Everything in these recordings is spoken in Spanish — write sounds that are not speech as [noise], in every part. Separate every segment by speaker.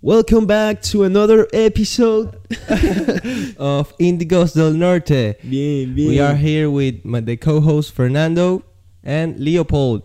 Speaker 1: Welcome back to another [laughs] episode.
Speaker 2: of Indigos del Norte.
Speaker 1: Bien, bien.
Speaker 2: We are here with my, the co-host Fernando and Leopold.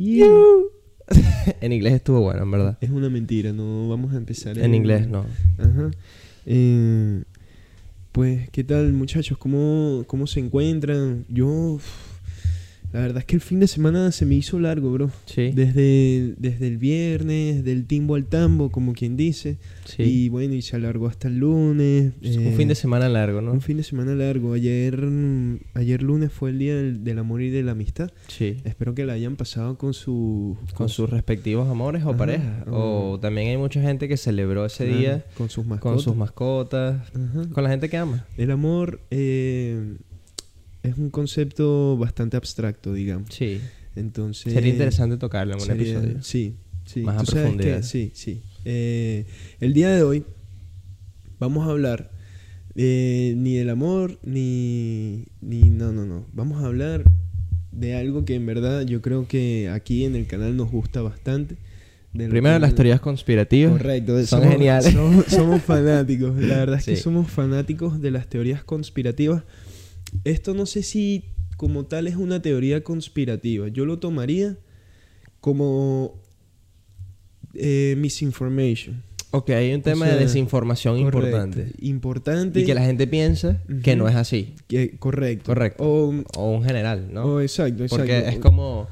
Speaker 2: [laughs] en inglés estuvo bueno, en verdad.
Speaker 1: Es una mentira, no vamos a empezar
Speaker 2: En inglés no.
Speaker 1: Ajá. Eh, pues, ¿qué tal, muchachos? ¿Cómo, cómo se encuentran? Yo. uf, La verdad es que el fin de semana se me hizo largo, bro.
Speaker 2: Sí.
Speaker 1: Desde, desde el viernes, del timbo al tambo, como quien dice.
Speaker 2: sí.
Speaker 1: Y bueno, y se alargó hasta el lunes.
Speaker 2: Es un
Speaker 1: eh,
Speaker 2: fin de semana largo, ¿no?
Speaker 1: Un fin de semana largo. Ayer, mm, ayer lunes fue el día del, del amor y de la amistad.
Speaker 2: Sí.
Speaker 1: Espero que la hayan pasado con su...
Speaker 2: Con sus respectivos amores o
Speaker 1: Ajá, Mm.
Speaker 2: parejas. O también hay mucha gente que celebró ese
Speaker 1: claro,
Speaker 2: día
Speaker 1: Con sus mascotas.
Speaker 2: con sus mascotas,
Speaker 1: Ajá.
Speaker 2: con la gente que ama.
Speaker 1: El amor eh, es un concepto bastante abstracto, digamos.
Speaker 2: Sí.
Speaker 1: Entonces...
Speaker 2: Sería interesante tocarlo en un
Speaker 1: sería-
Speaker 2: episodio.
Speaker 1: Sí, sí.
Speaker 2: Más a
Speaker 1: Tú sabes que-
Speaker 2: profundidad.
Speaker 1: Sí, sí. Eh, el día de hoy vamos a hablar eh, ni del amor, ni, ni... No, no, no. Vamos a hablar de algo que en verdad yo creo que aquí en el canal nos gusta bastante. de lo
Speaker 2: Primero
Speaker 1: cual-
Speaker 2: las teorías conspirativas.
Speaker 1: Correcto,
Speaker 2: Son
Speaker 1: somos,
Speaker 2: geniales.
Speaker 1: [laughs] Somos, somos fanáticos, la verdad es que
Speaker 2: Sí.
Speaker 1: somos fanáticos de las teorías conspirativas. Esto no sé si como tal es una teoría conspirativa, yo lo tomaría como eh, misinformation.
Speaker 2: Ok, hay un tema
Speaker 1: sea,
Speaker 2: de desinformación
Speaker 1: Correcto.
Speaker 2: importante.
Speaker 1: Importante.
Speaker 2: Y que la gente piensa que no
Speaker 1: Ujú.
Speaker 2: es así.
Speaker 1: que- correcto.
Speaker 2: Correcto.
Speaker 1: O,
Speaker 2: O un general, ¿no?
Speaker 1: o exacto, exacto.
Speaker 2: Porque es como.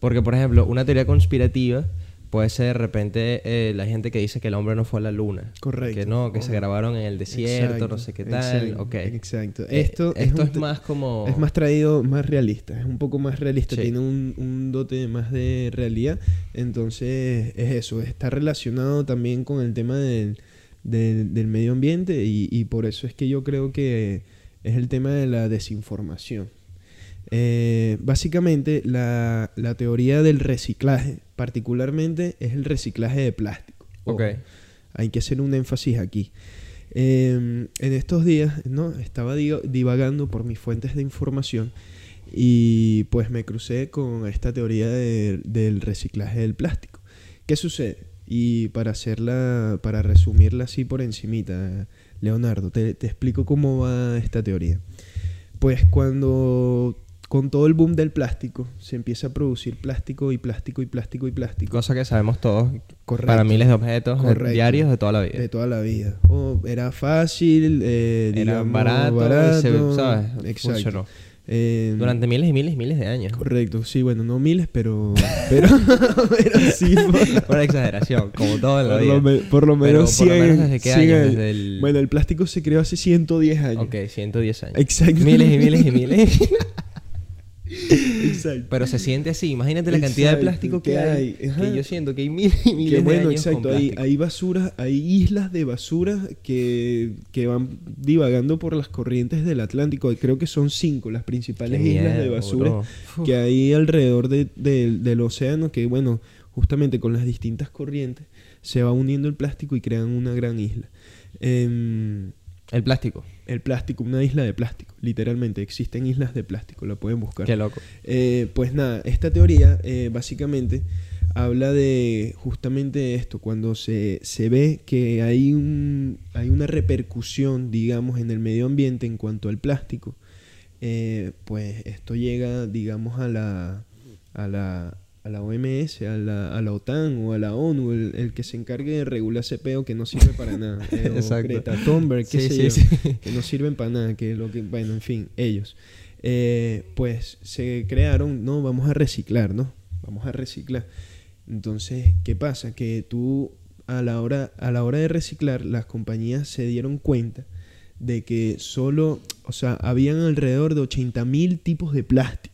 Speaker 2: Porque, por ejemplo, una teoría conspirativa puede ser de repente eh, la gente que dice que el hombre no fue a la luna.
Speaker 1: Correcto.
Speaker 2: Que no, que se
Speaker 1: Correcto.
Speaker 2: grabaron en el desierto,
Speaker 1: Exacto,
Speaker 2: no sé qué tal.
Speaker 1: exacto,
Speaker 2: ok.
Speaker 1: Exacto.
Speaker 2: Eh,
Speaker 1: Esto,
Speaker 2: esto
Speaker 1: un
Speaker 2: es
Speaker 1: te-
Speaker 2: más como.
Speaker 1: Es más traído, más realista, es un poco más realista,
Speaker 2: Sí.
Speaker 1: tiene un, un dote más de realidad. Entonces es eso, está relacionado también con el tema del, del- del medio ambiente y, y por eso es que yo creo que es el tema de la desinformación. Eh, básicamente la, la teoría del reciclaje, particularmente es el reciclaje de plástico.
Speaker 2: Ok.
Speaker 1: Ojo, hay que hacer un énfasis aquí. Eh, en estos días, ¿no? Estaba di- divagando por mis fuentes de información y pues me crucé con esta teoría de- del reciclaje del plástico. ¿Qué sucede? Y para hacerla, para resumirla así por encimita, Leonardo, te, te explico cómo va esta teoría. Pues cuando con todo el boom del plástico se empieza a producir plástico y plástico y plástico y plástico.
Speaker 2: Cosa que sabemos todos.
Speaker 1: Correcto
Speaker 2: Para miles de objetos de-
Speaker 1: Correcto.
Speaker 2: diarios de toda la vida.
Speaker 1: de toda la vida. O era fácil, eh,
Speaker 2: Era
Speaker 1: digamos,
Speaker 2: barato,
Speaker 1: barato,
Speaker 2: se- ¿sabes?
Speaker 1: Exacto.
Speaker 2: Funcionó.
Speaker 1: Eh,
Speaker 2: Durante miles y miles y miles de años.
Speaker 1: Correcto, sí, bueno, no miles, pero [laughs] pero, pero
Speaker 2: [laughs]
Speaker 1: sí [laughs] por,
Speaker 2: Una exageración, como todo en la
Speaker 1: por
Speaker 2: vida.
Speaker 1: lo, me- por lo
Speaker 2: Pero
Speaker 1: menos
Speaker 2: por
Speaker 1: 100,
Speaker 2: lo menos desde qué
Speaker 1: 100
Speaker 2: año,
Speaker 1: años.
Speaker 2: desde el-
Speaker 1: Bueno, el plástico se creó hace 110 años.
Speaker 2: Ok, 110 años.
Speaker 1: Exacto.
Speaker 2: Miles y miles y miles.
Speaker 1: [laughs] Exacto.
Speaker 2: Pero se siente así. Imagínate la cantidad de
Speaker 1: Exacto,
Speaker 2: plástico
Speaker 1: que
Speaker 2: que hay.
Speaker 1: hay, ajá.
Speaker 2: Que yo siento que hay miles y miles
Speaker 1: Que bueno,
Speaker 2: de años
Speaker 1: exacto,
Speaker 2: con
Speaker 1: hay,
Speaker 2: plástico.
Speaker 1: hay basuras, hay islas de basura que, que van divagando por las corrientes del Atlántico. y Creo que son cinco las principales
Speaker 2: Qué
Speaker 1: islas de
Speaker 2: miedo,
Speaker 1: basura
Speaker 2: bro. Uf.
Speaker 1: que hay alrededor de- del- del océano, que bueno, justamente con las distintas corrientes se va uniendo el plástico y crean una gran isla. Em,
Speaker 2: El plástico.
Speaker 1: el plástico, una isla de plástico, literalmente, existen islas de plástico, la pueden buscar.
Speaker 2: Qué loco.
Speaker 1: Eh, pues nada, esta teoría eh, básicamente habla de justamente esto, cuando se, se ve que hay, un, hay una repercusión, digamos, en el medio ambiente en cuanto al plástico, eh, pues esto llega, digamos, a la, a la, a la OMS, a la, a la OTAN o a la ONU, el, el que se encargue de regular ese peo que no sirve para
Speaker 2: [laughs]
Speaker 1: nada. eh, o
Speaker 2: Exacto.
Speaker 1: Greta Thunberg, qué
Speaker 2: Sí,
Speaker 1: sé
Speaker 2: sí,
Speaker 1: yo
Speaker 2: sí.
Speaker 1: que no sirven para nada, que lo que, bueno, en fin, ellos. eh, pues se crearon, no, vamos a reciclar, ¿no? Vamos a reciclar. Entonces, ¿qué pasa? Que tú a la hora, a la hora de reciclar, las compañías se dieron cuenta de que solo, o sea, habían alrededor de 80.000 tipos de plástico.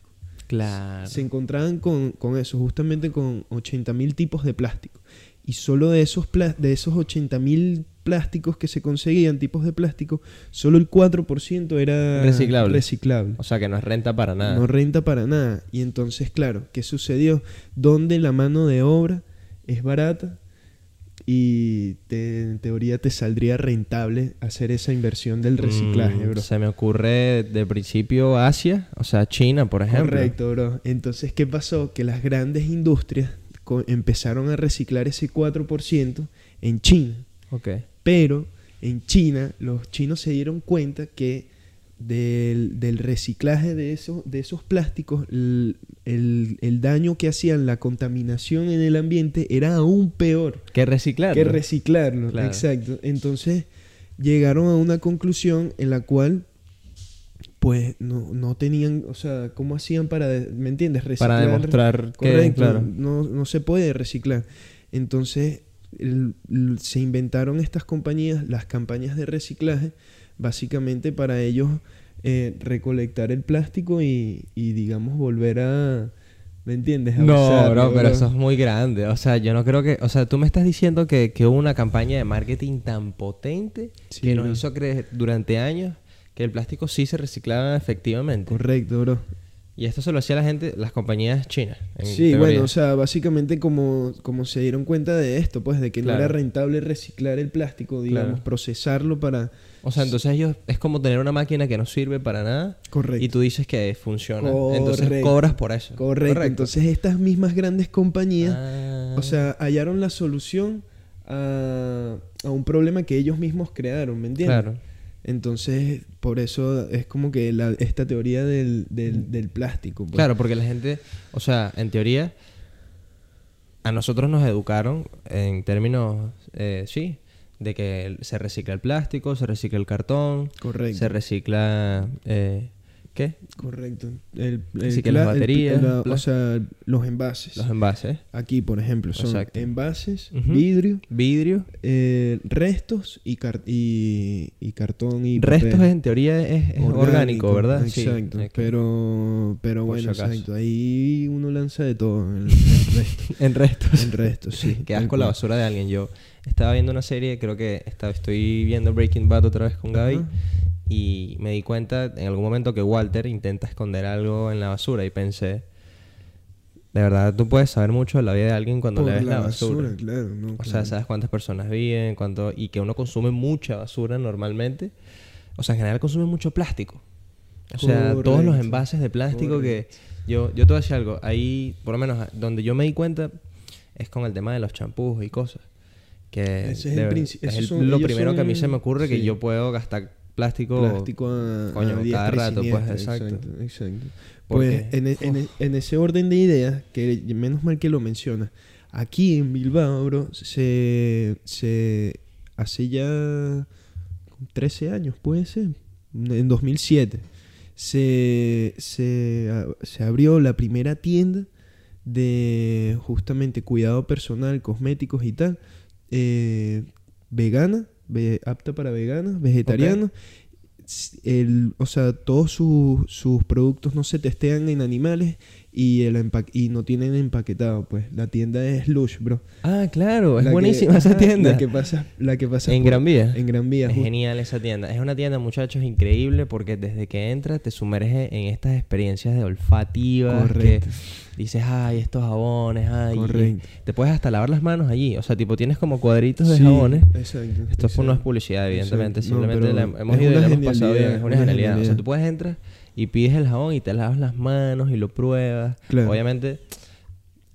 Speaker 2: Claro.
Speaker 1: Se encontraban con, con eso, justamente con 80.000 tipos de plástico. Y solo de esos, pla- de esos 80.000 plásticos que se conseguían, tipos de plástico, solo el 4% era
Speaker 2: Reciclable.
Speaker 1: reciclable.
Speaker 2: O sea que no es renta para nada.
Speaker 1: No renta para nada. Y entonces, claro, ¿qué sucedió? Donde la mano de obra es barata y te- en teoría te saldría rentable hacer esa inversión del reciclaje,
Speaker 2: Mm,
Speaker 1: bro.
Speaker 2: Se me ocurre de principio Asia, o sea, China, por ejemplo.
Speaker 1: Correcto, bro. Entonces, ¿qué pasó? Que las grandes industrias co- empezaron a reciclar ese 4% en China.
Speaker 2: Ok.
Speaker 1: Pero en China, los chinos se dieron cuenta que del, del reciclaje de esos, de esos plásticos, l- el, el daño que hacían, la contaminación en el ambiente era aún peor
Speaker 2: ¿Qué reciclar?
Speaker 1: que
Speaker 2: no?
Speaker 1: reciclarlo.
Speaker 2: Claro.
Speaker 1: Exacto. Entonces llegaron a una conclusión en la cual pues no, no tenían, o sea, ¿cómo hacían para, de- ¿me entiendes?
Speaker 2: para demostrar que,
Speaker 1: Correcto,
Speaker 2: claro.
Speaker 1: no, no se puede reciclar. Entonces el- l- se inventaron estas compañías, las campañas de reciclaje, básicamente para ellos eh, recolectar el plástico y, y, digamos volver a... ¿Me entiendes? A [laughs]
Speaker 2: No,
Speaker 1: usarlo,
Speaker 2: bro, pero
Speaker 1: bro.
Speaker 2: eso es muy grande. O sea, yo no creo que. O sea, tú me estás diciendo que, que hubo una campaña de marketing tan potente
Speaker 1: Sí,
Speaker 2: que nos
Speaker 1: bro.
Speaker 2: hizo creer durante años que el plástico sí se reciclaba efectivamente.
Speaker 1: Correcto, bro.
Speaker 2: Y esto se lo hacía la gente, las compañías chinas. en
Speaker 1: Sí,
Speaker 2: teoría.
Speaker 1: bueno, o sea, básicamente como, como se dieron cuenta de esto, pues, de que no
Speaker 2: Claro.
Speaker 1: era rentable reciclar el plástico, digamos,
Speaker 2: Claro.
Speaker 1: procesarlo para...
Speaker 2: O sea, entonces ellos es como tener una máquina que no sirve para nada
Speaker 1: Correcto.
Speaker 2: y tú dices que funciona. Entonces
Speaker 1: Correcto.
Speaker 2: cobras por eso.
Speaker 1: Correcto. Entonces estas mismas grandes compañías,
Speaker 2: Ah,
Speaker 1: o sea, hallaron la solución a, a un problema que ellos mismos crearon, ¿me entiendes?
Speaker 2: claro.
Speaker 1: Entonces, por eso es como que la- esta teoría del, del, del plástico. pues.
Speaker 2: Mm. Claro, porque la gente, o sea, en teoría, a nosotros nos educaron en términos, eh, sí, de que se recicla el plástico, se recicla el cartón,
Speaker 1: Correcto.
Speaker 2: se recicla, eh, ¿qué?
Speaker 1: Correcto. El,
Speaker 2: Así que las
Speaker 1: pla- el-
Speaker 2: baterías,
Speaker 1: la-
Speaker 2: pla-
Speaker 1: o sea, los envases.
Speaker 2: Los envases,
Speaker 1: Aquí, por ejemplo, son
Speaker 2: Exacto.
Speaker 1: envases,
Speaker 2: Ujú.
Speaker 1: vidrio,
Speaker 2: vidrio.
Speaker 1: eh, restos y, car- y, y cartón y
Speaker 2: Restos
Speaker 1: papel.
Speaker 2: en teoría es, es orgánico, ¿verdad? Sí,
Speaker 1: Exacto.
Speaker 2: es que-
Speaker 1: Pero, pero
Speaker 2: Por si
Speaker 1: bueno,
Speaker 2: acaso.
Speaker 1: exacto. Ahí uno lanza de todo. El, el resto.
Speaker 2: En restos. [laughs]
Speaker 1: El resto, sí.
Speaker 2: Quedas con la basura de alguien. Yo estaba viendo una serie, creo que estaba, estoy viendo Breaking Bad otra vez con Gaby.
Speaker 1: Ajá.
Speaker 2: Y me di cuenta en algún momento que Walter intenta esconder algo en la basura. Y pensé, de verdad, tú puedes saber mucho de la vida de alguien cuando
Speaker 1: Por
Speaker 2: le
Speaker 1: la,
Speaker 2: ves la,
Speaker 1: basura,
Speaker 2: basura.
Speaker 1: claro. no,
Speaker 2: O sea,
Speaker 1: claro.
Speaker 2: sabes cuántas personas viven, cuánto, y que uno consume mucha basura normalmente. O sea, en general consume mucho plástico. O sea, todos los
Speaker 1: Correcto.
Speaker 2: envases de plástico que yo, yo te voy a decir algo, ahí, por lo menos donde yo me di cuenta, es con el tema de los champús y cosas. Que
Speaker 1: Ese es
Speaker 2: de
Speaker 1: el
Speaker 2: ver-
Speaker 1: princi-
Speaker 2: es
Speaker 1: esos
Speaker 2: el-
Speaker 1: son-
Speaker 2: lo
Speaker 1: ellos
Speaker 2: primero que a mí
Speaker 1: son-
Speaker 2: se me ocurre que
Speaker 1: sí.
Speaker 2: yo puedo gastar plástico.
Speaker 1: plástico a,
Speaker 2: coño,
Speaker 1: a
Speaker 2: cada
Speaker 1: diestra y
Speaker 2: rato, pues,
Speaker 1: siniestra,
Speaker 2: exacto.
Speaker 1: exacto, exacto.
Speaker 2: Porque,
Speaker 1: Pues en, e- en e- en ese orden de ideas, que menos mal que lo mencionas, aquí en Bilbao, bro, se, se hace ya 13 años, puede ser, en 2007, se, se, a- se abrió la primera tienda de justamente cuidado personal, cosméticos y tal, eh, vegana, ve- apta para veganas, vegetarianos s- el, o sea, todos sus, sus productos no se testean en animales y, el empa- y no tienen empaquetado, pues. La tienda es Lush, bro.
Speaker 2: Ah, claro,
Speaker 1: La
Speaker 2: es
Speaker 1: que- [laughs]
Speaker 2: buenísima esa
Speaker 1: ajá,
Speaker 2: tienda.
Speaker 1: La que pasa, la que pasa
Speaker 2: en
Speaker 1: por-
Speaker 2: Gran Vía.
Speaker 1: En Gran Vía,
Speaker 2: Es
Speaker 1: justo.
Speaker 2: genial esa tienda. Es una tienda, muchachos, increíble porque desde que entras te sumerge en estas experiencias de olfativas.
Speaker 1: Correcto.
Speaker 2: Que dices, ay, estos jabones, ay.
Speaker 1: Correcto.
Speaker 2: Te puedes hasta lavar las manos allí. O sea, tipo, tienes como cuadritos de ¿eh?
Speaker 1: Sí,
Speaker 2: jabones.
Speaker 1: Exacto.
Speaker 2: Esto fue- no es
Speaker 1: exacto.
Speaker 2: publicidad, evidentemente.
Speaker 1: Exacto. No,
Speaker 2: Simplemente
Speaker 1: pero
Speaker 2: la- hemos
Speaker 1: es
Speaker 2: ido y
Speaker 1: una
Speaker 2: la hemos pasado bien.
Speaker 1: genialidad,
Speaker 2: Es una,
Speaker 1: una
Speaker 2: genialidad. O sea,
Speaker 1: genialidad.
Speaker 2: tú puedes entrar y pides el jabón y te lavas las manos y lo pruebas.
Speaker 1: Claro.
Speaker 2: Obviamente,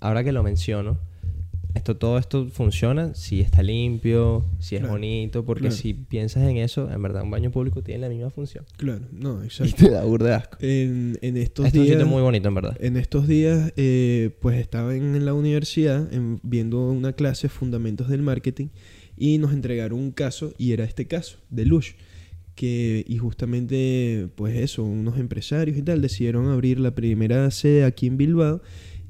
Speaker 2: ahora que lo menciono, esto, todo esto funciona si está limpio, si es
Speaker 1: Claro.
Speaker 2: bonito, porque
Speaker 1: Claro.
Speaker 2: si piensas en eso, en verdad un baño público tiene la misma función.
Speaker 1: Claro, no,
Speaker 2: Y
Speaker 1: exacto.
Speaker 2: [laughs] te da burda de asco.
Speaker 1: En, en estos
Speaker 2: Es un
Speaker 1: días...
Speaker 2: sitio muy bonito, en verdad.
Speaker 1: En estos días, eh, pues estaba en, en la universidad en- viendo una clase, Fundamentos del Marketing, y nos entregaron un caso, y era este caso, de Lush, que y justamente pues eso, unos empresarios y tal decidieron abrir la primera sede aquí en Bilbao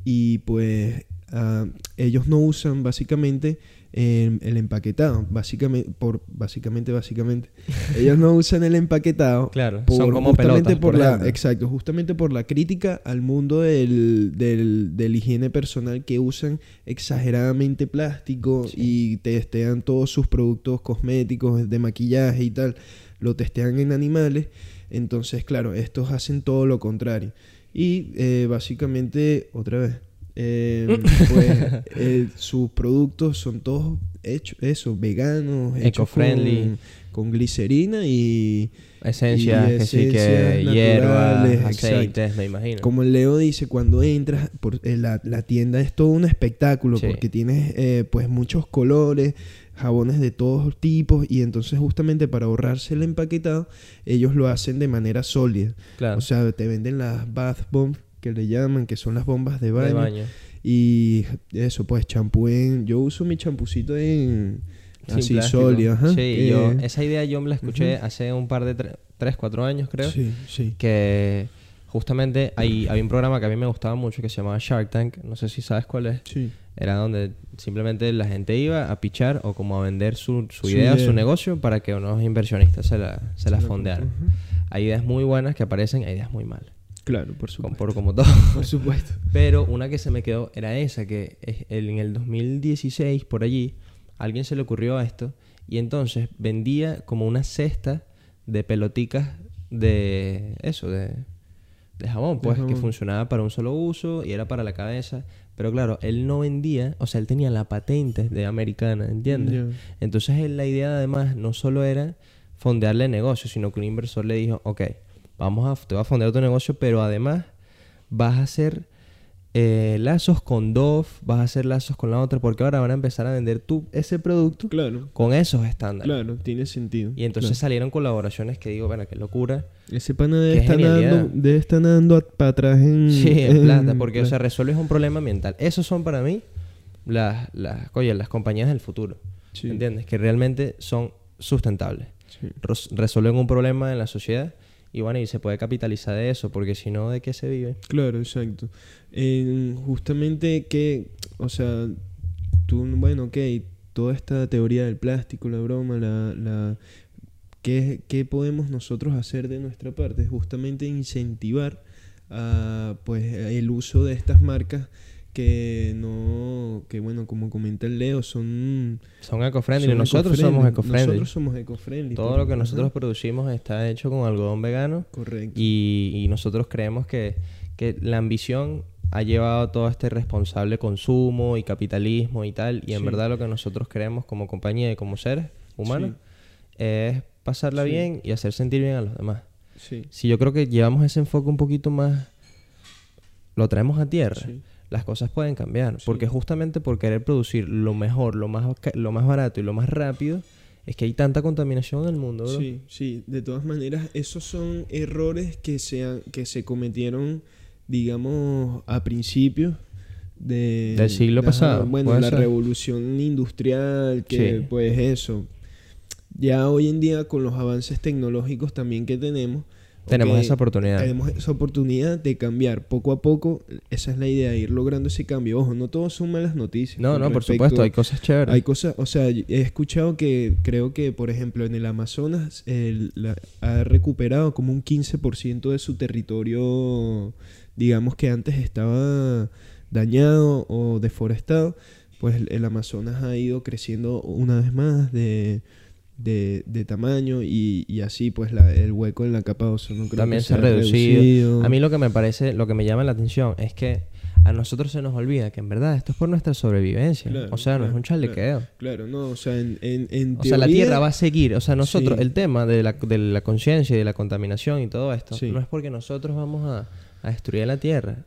Speaker 1: y pues ah, ellos no usan básicamente eh, el empaquetado, básicamente por básicamente
Speaker 2: [laughs]
Speaker 1: básicamente ellos no usan el empaquetado
Speaker 2: Claro,
Speaker 1: por-
Speaker 2: son como
Speaker 1: justamente
Speaker 2: pelotas.
Speaker 1: por, la
Speaker 2: ejemplo.
Speaker 1: exacto justamente por la crítica al mundo del, del, del higiene personal que usan exageradamente plástico y testean todos sus productos cosméticos de maquillaje y tal lo testean en animales entonces claro estos hacen todo lo contrario y eh, básicamente otra vez
Speaker 2: [laughs]
Speaker 1: eh, pues, eh, sus productos son todos hechos eso veganos hechos
Speaker 2: Eco-friendly.
Speaker 1: con- con glicerina y
Speaker 2: Esencias,
Speaker 1: y
Speaker 2: que sí, que
Speaker 1: esencias naturales,
Speaker 2: hierbas,
Speaker 1: exacto.
Speaker 2: aceites, me imagino.
Speaker 1: Como el Leo dice, cuando entras, por, eh, la, la tienda es todo un espectáculo
Speaker 2: Sí.
Speaker 1: porque tienes eh, pues muchos colores, jabones de todos tipos y entonces justamente para ahorrarse el empaquetado, ellos lo hacen de manera sólida.
Speaker 2: claro,
Speaker 1: O sea, te venden las bath bombs que le llaman, que son las bombas de baño.
Speaker 2: de baño.
Speaker 1: Y eso, pues champú en... Yo uso mi champucito en...
Speaker 2: Sin
Speaker 1: así
Speaker 2: plástico.
Speaker 1: sólido, ajá. Eh,
Speaker 2: Sí,
Speaker 1: que-
Speaker 2: yo, esa idea yo me la escuché hace un par de 3, 4 años, creo.
Speaker 1: Sí, sí.
Speaker 2: Que justamente hay, había un programa que a mí me gustaba mucho que se llamaba Shark Tank. No sé si sabes cuál es.
Speaker 1: Sí.
Speaker 2: Era donde simplemente la gente iba a pichar o como a vender su, su
Speaker 1: Su
Speaker 2: idea,
Speaker 1: idea.
Speaker 2: su negocio para que unos inversionistas se la, se la fondearan. Hay ideas muy buenas que aparecen, hay ideas muy malas.
Speaker 1: Claro, por
Speaker 2: Como,
Speaker 1: supuesto.
Speaker 2: por, como todo.
Speaker 1: [laughs]
Speaker 2: [laughs]
Speaker 1: Por supuesto.
Speaker 2: Pero una que se me quedó era esa, que es el- en el 2016, por allí, a alguien se le ocurrió esto y entonces vendía como una cesta de peloticas de eso, de, de jabón, pues, que
Speaker 1: jabón.
Speaker 2: funcionaba para un solo uso y era para la cabeza. Pero claro, él no vendía, o sea, él tenía la patente de americana, ¿entiendes?
Speaker 1: Ya.
Speaker 2: Entonces él, la idea además no solo era fondearle el negocio, sino que un inversor le dijo, ok, vamos a, te voy a fondear tu negocio, pero además vas a hacer eh, lazos con Dove, vas a hacer lazos con la otra, porque ahora van a empezar a vender tú ese producto
Speaker 1: Claro,
Speaker 2: con esos estándares.
Speaker 1: claro, tiene sentido.
Speaker 2: Y entonces salieron colaboraciones que digo, bueno, qué locura.
Speaker 1: Claro. ese pana debe
Speaker 2: qué
Speaker 1: estar,
Speaker 2: genialidad.
Speaker 1: nadando, debe estar nadando a- para atrás
Speaker 2: [laughs]
Speaker 1: en.
Speaker 2: Sí,
Speaker 1: [laughs]
Speaker 2: en plata, porque o
Speaker 1: plata.
Speaker 2: sea, resuelves un problema ambiental. Esos son para mí las, las, oye, las compañías del futuro.
Speaker 1: Sí.
Speaker 2: ¿Entiendes? Que realmente son sustentables.
Speaker 1: Sí.
Speaker 2: ros- resuelven un problema en la sociedad y bueno, y se puede capitalizar de eso, porque si no, ¿de qué se vive?
Speaker 1: Claro, exacto. En, justamente que, o sea, tú, bueno, ok, toda esta teoría del plástico, la broma, la... la ¿qué, qué podemos nosotros hacer de nuestra parte? Justamente incentivar a, pues, el uso de estas marcas que no, que bueno, como comenta el Leo, son...
Speaker 2: Son eco-friendly,
Speaker 1: son
Speaker 2: nosotros somos eco-friendly.
Speaker 1: Nosotros somos eco-friendly.
Speaker 2: Todo
Speaker 1: por-
Speaker 2: lo que
Speaker 1: ajá,
Speaker 2: nosotros producimos está hecho con algodón vegano
Speaker 1: Correcto.
Speaker 2: y, y nosotros creemos que, que la ambición ha llevado a todo este responsable consumo y capitalismo y tal, y en
Speaker 1: Sí.
Speaker 2: verdad lo que nosotros creemos como compañía y como seres humanos es pasarla
Speaker 1: Sí.
Speaker 2: bien y hacer sentir bien a los demás.
Speaker 1: Sí,
Speaker 2: Si yo creo que llevamos ese enfoque un poquito más, lo traemos a tierra.
Speaker 1: sí,
Speaker 2: las cosas pueden cambiar. Porque justamente por querer producir lo mejor, lo más, ca- lo más barato y lo más rápido, es que hay tanta contaminación en el mundo, bro.
Speaker 1: sí, sí. De todas maneras, esos son errores que se, han- que se cometieron, digamos, a principios de,
Speaker 2: Del siglo pasado,
Speaker 1: Bueno,
Speaker 2: puede
Speaker 1: la
Speaker 2: ser.
Speaker 1: revolución industrial, que
Speaker 2: Sí.
Speaker 1: pues eso. Ya hoy en día, con los avances tecnológicos también que tenemos,
Speaker 2: Tenemos
Speaker 1: ok,
Speaker 2: esa oportunidad.
Speaker 1: tenemos esa oportunidad de cambiar poco a poco. Esa es la idea, ir logrando ese cambio. Ojo, no todos son malas noticias.
Speaker 2: no,
Speaker 1: con
Speaker 2: no, por
Speaker 1: respecto
Speaker 2: supuesto, hay cosas chéveres.
Speaker 1: Hay cosas, o sea, y- he escuchado que creo que, por ejemplo, en el Amazonas el- la- ha recuperado como un 15% de su territorio, digamos que antes estaba dañado o deforestado, pues el, el Amazonas ha ido creciendo una vez más de, de- de tamaño y, y así pues la- el hueco en la capa de ozono creo que
Speaker 2: También se ha reducido. A mí lo que me parece, lo que me llama la atención es que a nosotros se nos olvida que en verdad esto es por nuestra sobrevivencia.
Speaker 1: Claro,
Speaker 2: o sea, no es
Speaker 1: claro,
Speaker 2: un chalequeo.
Speaker 1: Claro, no, o sea, en, en, en
Speaker 2: O sea, la
Speaker 1: teoría-
Speaker 2: Tierra va a seguir. O sea, nosotros,
Speaker 1: Sí.
Speaker 2: el tema de la, de la conciencia y de la contaminación y todo esto,
Speaker 1: Sí.
Speaker 2: no es porque nosotros vamos a, a destruir la Tierra.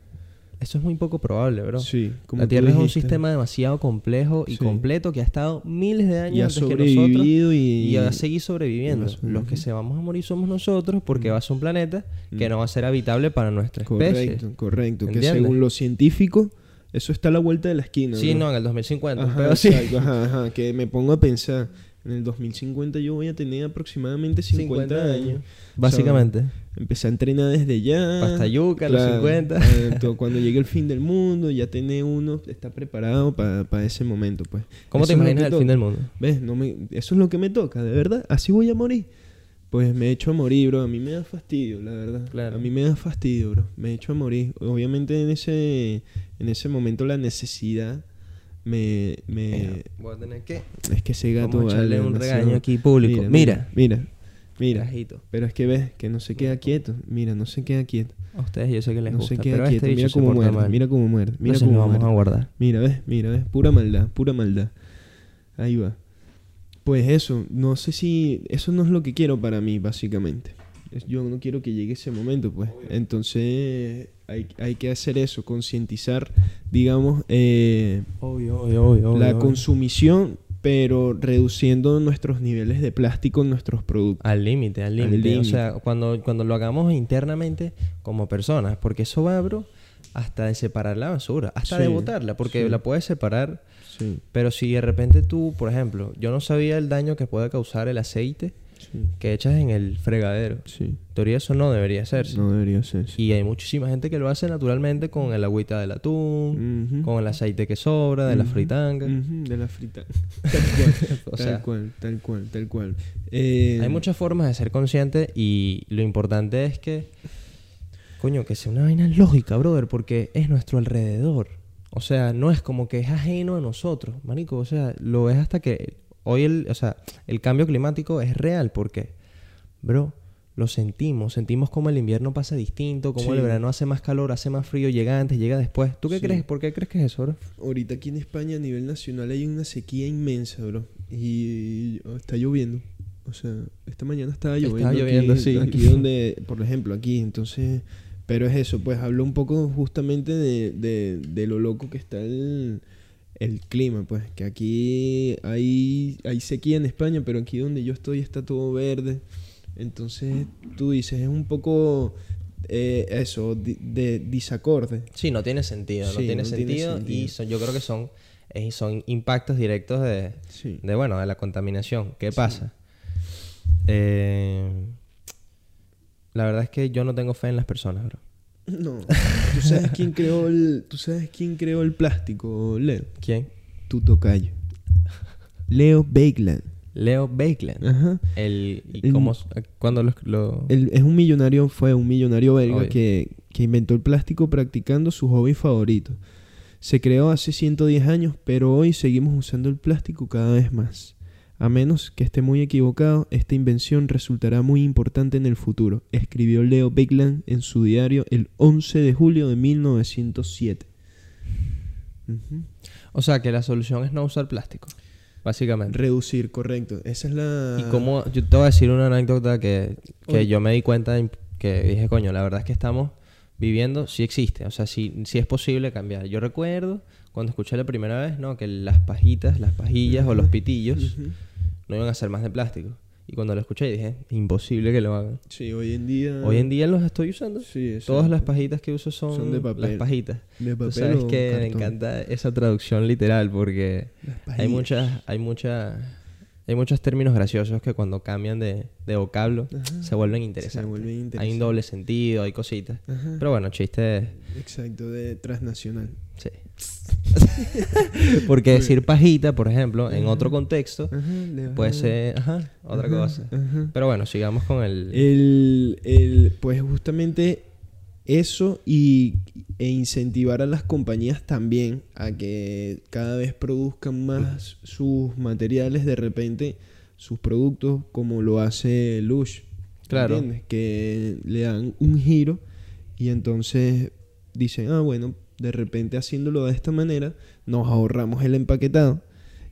Speaker 2: Eso es muy poco probable, bro.
Speaker 1: Sí, como
Speaker 2: la
Speaker 1: tú
Speaker 2: Tierra es un
Speaker 1: dijiste.
Speaker 2: sistema demasiado complejo y
Speaker 1: Sí.
Speaker 2: completo que ha estado miles de años
Speaker 1: y ha
Speaker 2: antes que nosotros
Speaker 1: sobrevivido y,
Speaker 2: y va a seguir sobreviviendo. Los que se vamos a morir somos nosotros porque va a ser un planeta que no va a ser habitable para nuestra especie.
Speaker 1: Mm. correcto, correcto, que
Speaker 2: ¿Entiendes?
Speaker 1: según los científicos eso está a la vuelta de la esquina.
Speaker 2: Sí, no, en el 2050.
Speaker 1: Ajá,
Speaker 2: pero sí.
Speaker 1: exacto, ajá, ajá, que me pongo a pensar, En el 2050 yo voy a tener aproximadamente 50, años.
Speaker 2: [laughs] Básicamente.
Speaker 1: Empecé a entrenar desde ya.
Speaker 2: Pasta yuca, los 50.
Speaker 1: eh, to- cuando llegue el fin del mundo, ya tener uno, está preparado para ese momento, pues.
Speaker 2: ¿Cómo te
Speaker 1: Eso es lo
Speaker 2: imaginas
Speaker 1: que
Speaker 2: el
Speaker 1: to-
Speaker 2: fin del mundo?
Speaker 1: ¿Ves? No me, eso es lo que me toca, de verdad. Así voy a morir. Pues me echo a morir, bro. A mí me da fastidio, la verdad.
Speaker 2: Claro.
Speaker 1: A mí me da fastidio, bro. Me echo a morir. Obviamente en ese, en ese momento la necesidad me... me
Speaker 2: Voy a tener que.
Speaker 1: es que ese Eh, gato...
Speaker 2: Vamos a echarle
Speaker 1: vale
Speaker 2: un
Speaker 1: demasiado.
Speaker 2: regaño aquí público. Mira.
Speaker 1: Mira. Mira.
Speaker 2: Carajito.
Speaker 1: Pero es que ves que no se queda quieto. Mira, no se queda quieto.
Speaker 2: A ustedes yo sé que les
Speaker 1: No
Speaker 2: gusta.
Speaker 1: se queda
Speaker 2: pero
Speaker 1: quieto.
Speaker 2: este bicho
Speaker 1: Mira
Speaker 2: se
Speaker 1: cómo
Speaker 2: porta
Speaker 1: muerde.
Speaker 2: mal.
Speaker 1: Mira cómo muerde. Mira
Speaker 2: Entonces lo
Speaker 1: cómo
Speaker 2: vamos
Speaker 1: muerde.
Speaker 2: a guardar.
Speaker 1: Mira, ves, mira, ves, pura maldad, pura maldad. Ahí va. Pues eso, no sé si eso no es lo que quiero para mí, básicamente. Es- Yo no quiero que llegue ese momento, pues. Entonces hay, hay que hacer eso, concientizar, digamos, eh,
Speaker 2: Obvio, obvio, obvio.
Speaker 1: la consumición, pero reduciendo nuestros niveles de plástico en nuestros productos.
Speaker 2: Al límite, al
Speaker 1: Al
Speaker 2: límite. O
Speaker 1: límite.
Speaker 2: sea, cuando, cuando lo hagamos internamente como personas, porque eso va, bro, hasta de separar la basura, hasta de
Speaker 1: Sí,
Speaker 2: botarla, porque
Speaker 1: sí.
Speaker 2: la puedes separar.
Speaker 1: Sí,
Speaker 2: Pero si de repente tú, por ejemplo, yo no sabía el daño que puede causar el aceite
Speaker 1: sí,
Speaker 2: que echas en el fregadero.
Speaker 1: sí.
Speaker 2: En teoría eso no debería hacerse.
Speaker 1: No debería ser. sí.
Speaker 2: Y hay muchísima gente que lo hace naturalmente con el agüita del atún,
Speaker 1: Ujú.
Speaker 2: con el aceite que sobra, de la
Speaker 1: Mm.
Speaker 2: fritanga.
Speaker 1: Ujú, de la frita. [laughs] Tal cual,
Speaker 2: [laughs] O
Speaker 1: tal
Speaker 2: sea.
Speaker 1: cual, tal cual, tal cual. Eh,
Speaker 2: Hay muchas formas de ser consciente y lo importante es que, coño, que sea una vaina lógica, brother, porque es nuestro alrededor. O sea, no es como que es ajeno a nosotros, marico. O sea, lo ves hasta que hoy el, o sea, el cambio climático es real porque, bro, lo sentimos. Sentimos como el invierno pasa distinto, como el
Speaker 1: Sí.
Speaker 2: verano hace más calor, hace más frío, llega antes, llega después. ¿Tú qué
Speaker 1: Sí.
Speaker 2: crees? ¿Por qué crees que es eso, bro?
Speaker 1: Ahorita aquí en España a nivel nacional hay una sequía inmensa, bro. Y está lloviendo. O sea, esta mañana estaba
Speaker 2: Estaba
Speaker 1: lloviendo. aquí-
Speaker 2: lloviendo, sí.
Speaker 1: Aquí donde, por ejemplo, aquí. Entonces, pero es eso, pues hablo un poco justamente de, de- de lo loco que está el, el clima, pues. Que aquí hay, hay sequía en España, pero aquí donde yo estoy está todo verde. Entonces, tú dices, es un poco eh, eso, di- de disacorde.
Speaker 2: Sí, no tiene sentido, no
Speaker 1: Sí,
Speaker 2: tiene
Speaker 1: no tiene
Speaker 2: sentido y
Speaker 1: sentido.
Speaker 2: son, yo creo que son, eh, son impactos directos de,
Speaker 1: Sí.
Speaker 2: de, bueno, de la contaminación. ¿Qué pasa? Eh, la verdad es que yo no tengo fe en las personas, bro.
Speaker 1: No. ¿Tú sabes quién creó el, ¿tú sabes quién creó el plástico, Leo?
Speaker 2: ¿Quién?
Speaker 1: Tu tocayo. Leo Bakeland.
Speaker 2: Leo Bakeland.
Speaker 1: Ajá.
Speaker 2: El, y
Speaker 1: El-
Speaker 2: cómo, eh, cuando los, lo-
Speaker 1: Él es un millonario, fue un millonario belga
Speaker 2: Obvio.
Speaker 1: que, que inventó el plástico practicando su hobby favorito. Se creó hace 110 años, pero hoy seguimos usando el plástico cada vez más. A menos que esté muy equivocado, esta invención resultará muy importante en el futuro, escribió Leo Bakeland en su diario el 11 de julio de 1907. Ujú.
Speaker 2: O sea, que la solución es no usar plástico, básicamente.
Speaker 1: Reducir, correcto. Esa es la...
Speaker 2: Y como yo te voy a decir una anécdota que, que
Speaker 1: Oye.
Speaker 2: yo me di cuenta en- que dije, coño, la verdad es que estamos viviendo, sí existe, o sea, sí, sí es posible cambiar. Yo recuerdo cuando escuché la primera vez, ¿no? Que las pajitas, las pajillas o los pitillos
Speaker 1: Ujú.
Speaker 2: no iban a ser más de plástico. Y cuando lo escuché dije, imposible que lo hagan.
Speaker 1: Sí, hoy en día...
Speaker 2: Hoy en día los estoy usando.
Speaker 1: Sí, exacto.
Speaker 2: Todas las pajitas que uso son,
Speaker 1: Son de papel.
Speaker 2: las pajitas.
Speaker 1: De
Speaker 2: Tú
Speaker 1: papel
Speaker 2: sabes
Speaker 1: o
Speaker 2: que me
Speaker 1: cartón.
Speaker 2: encanta esa traducción literal porque
Speaker 1: Las
Speaker 2: hay
Speaker 1: pajillas.
Speaker 2: muchas, hay muchas, hay muchos términos graciosos que cuando cambian de, de vocablo
Speaker 1: Ajá.
Speaker 2: se vuelven interesantes.
Speaker 1: vuelven
Speaker 2: Hay un
Speaker 1: interesantes. Ah.
Speaker 2: doble sentido, hay cositas.
Speaker 1: Ajá.
Speaker 2: Pero bueno, chistes,
Speaker 1: Exacto, de transnacional. [laughs]
Speaker 2: sí. porque decir pajita, por ejemplo, en otro contexto,
Speaker 1: Ajá, le vas
Speaker 2: puede
Speaker 1: a-
Speaker 2: ser ajá, otra
Speaker 1: Ajá,
Speaker 2: cosa.
Speaker 1: ajá.
Speaker 2: Pero bueno, sigamos con el...
Speaker 1: El, el- pues justamente eso y, e incentivar a las compañías también a que cada vez produzcan más sus materiales de repente, sus productos, como lo hace Lush.
Speaker 2: Claro.
Speaker 1: ¿entiendes? Que le dan un giro y entonces dicen, ah, bueno, de repente haciéndolo de esta manera, nos ahorramos el empaquetado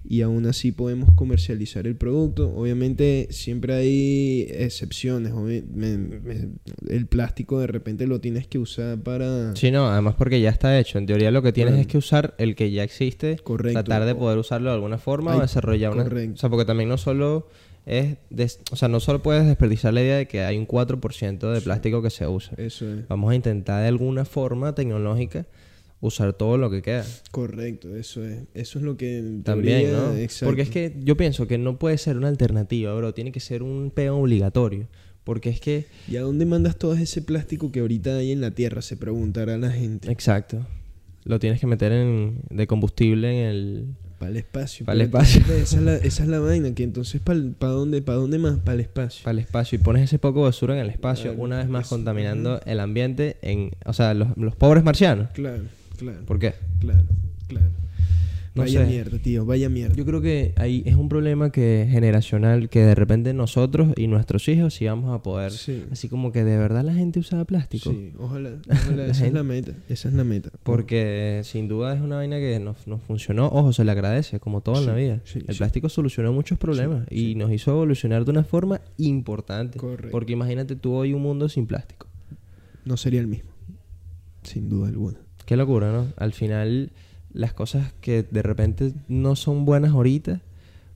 Speaker 1: y aún así podemos comercializar el producto. Obviamente siempre hay excepciones. obvi- me- me- el plástico de repente lo tienes que usar para...
Speaker 2: Sí, no, además porque ya está hecho. En teoría lo que tienes
Speaker 1: Claro.
Speaker 2: es que usar el que ya existe,
Speaker 1: Correcto.
Speaker 2: tratar de poder usarlo de alguna forma o
Speaker 1: Ay,
Speaker 2: desarrollar una...
Speaker 1: correcto.
Speaker 2: O sea, porque también no solo es... des- O sea, no solo puedes desperdiciar la idea de que hay un 4% de plástico que se usa.
Speaker 1: Eso es.
Speaker 2: Vamos a intentar de alguna forma tecnológica usar todo lo que queda.
Speaker 1: Correcto, eso es. Eso es lo que. en
Speaker 2: También,
Speaker 1: teoría-
Speaker 2: ¿no?
Speaker 1: exacto.
Speaker 2: Porque es que yo pienso que no puede ser una alternativa, bro. Tiene que ser un peo obligatorio. Porque es que.
Speaker 1: ¿Y a dónde mandas todo ese plástico que ahorita hay en la tierra? Se preguntará la gente.
Speaker 2: Exacto. Lo tienes que meter en, de combustible en el.
Speaker 1: Para el espacio.
Speaker 2: Pa'l
Speaker 1: pero entonces
Speaker 2: espacio.
Speaker 1: [laughs] Esa es, la, esa es la vaina, que entonces ¿para dónde, pa dónde más? Para el espacio.
Speaker 2: Para el espacio. Y pones ese poco de basura en el espacio,
Speaker 1: Claro,
Speaker 2: una vez más
Speaker 1: eso,
Speaker 2: contaminando el ambiente en. O sea, los, los pobres marcianos.
Speaker 1: Claro, claro,
Speaker 2: ¿Por qué?
Speaker 1: claro, claro.
Speaker 2: No
Speaker 1: vaya
Speaker 2: sé.
Speaker 1: mierda, tío, vaya mierda.
Speaker 2: Yo creo que ahí es un problema que generacional que de repente nosotros y nuestros hijos sí vamos a poder.
Speaker 1: Sí.
Speaker 2: Así como que de verdad la gente usaba plástico.
Speaker 1: Sí,
Speaker 2: [laughs]
Speaker 1: ojalá, ojalá, esa es la meta, esa es la meta.
Speaker 2: Porque sin duda es una vaina que nos, nos funcionó. Ojo, se le agradece, como todo en la
Speaker 1: Sí,
Speaker 2: vida.
Speaker 1: sí,
Speaker 2: el
Speaker 1: sí.
Speaker 2: plástico solucionó muchos problemas y nos hizo evolucionar de una forma importante.
Speaker 1: Correcto.
Speaker 2: Porque imagínate tú hoy un mundo sin plástico.
Speaker 1: No sería el mismo, sin duda alguna.
Speaker 2: Qué locura, ¿no? Al final, las cosas que de repente no son buenas ahorita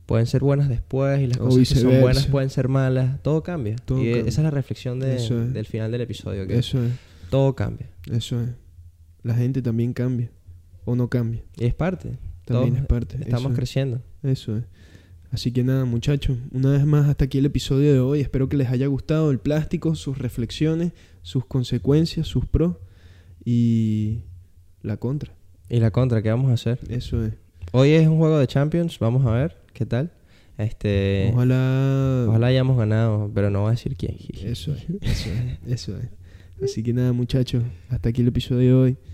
Speaker 2: pueden ser buenas después y las
Speaker 1: O
Speaker 2: cosas que son
Speaker 1: viceversa.
Speaker 2: buenas pueden ser malas. Todo cambia.
Speaker 1: Todo
Speaker 2: y e-
Speaker 1: cambia.
Speaker 2: esa es la reflexión de-
Speaker 1: Eso es.
Speaker 2: del final del episodio. Que
Speaker 1: Eso es,
Speaker 2: Todo cambia.
Speaker 1: eso es. La gente también cambia, o no cambia,
Speaker 2: Y es parte.
Speaker 1: también
Speaker 2: Todos
Speaker 1: es parte.
Speaker 2: Estamos
Speaker 1: eso es,
Speaker 2: creciendo.
Speaker 1: Eso es. Así que nada, muchachos, una vez más hasta aquí el episodio de hoy. Espero que les haya gustado el plástico, sus reflexiones, sus consecuencias, sus pros y la contra.
Speaker 2: ¿Y la contra? ¿Qué vamos a hacer?
Speaker 1: Eso es.
Speaker 2: Hoy es un juego de Champions, vamos a ver qué tal. Este, ojalá,
Speaker 1: Ojalá...
Speaker 2: hayamos ganado, pero no voy a decir quién. [laughs]
Speaker 1: Eso es, eso es, eso es. Así que nada, muchachos, hasta aquí el episodio de hoy.